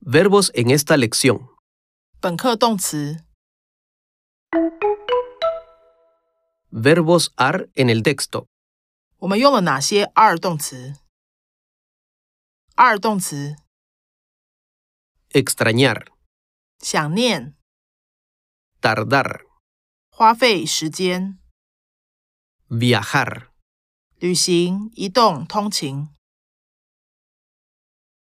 Verbos en esta lección. 本课动词 Verbos are en el texto. 我们用了哪些 are 动词？are 动词 Extrañar, 想念、 tardar, 花费时间、 viajar. 旅行、移动、通勤。